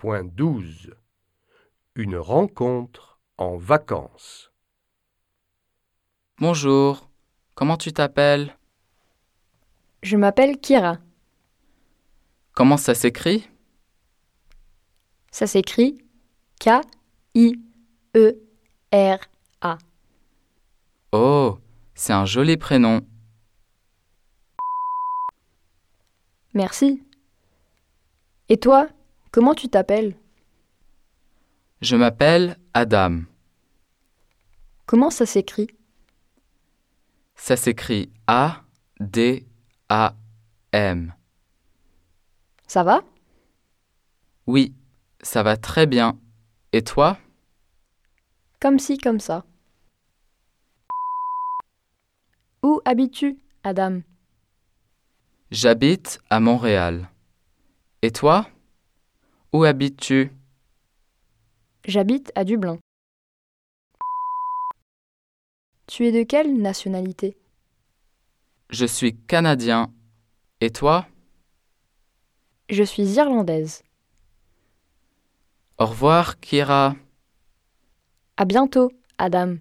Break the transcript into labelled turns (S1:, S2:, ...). S1: 1.12 Une rencontre en vacances.
S2: Bonjour, comment tu t'appelles
S3: Je m'appelle Kira.
S2: Comment ça s'écrit
S3: Ça s'écrit E K-I-E-R-A.
S2: Oh, c'est un joli prénom.
S3: Merci. Et toi, comment tu t'appelles
S2: Je m'appelle Adam.
S3: Comment ça s'écrit
S2: Ça s'écrit A-D-A-M.
S3: Ça va
S2: Oui, ça va très bien. Et toi
S3: Comme ci, comme ça. Où habites-tu, Adam
S2: J'habite à Montréal. Et toi Où habites-tu
S3: J'habite à Dublin. Tu es de quelle nationalité
S2: Je suis canadien. Et toi
S3: Je suis irlandaise.
S2: Au revoir, Kira.
S3: À bientôt, Adam.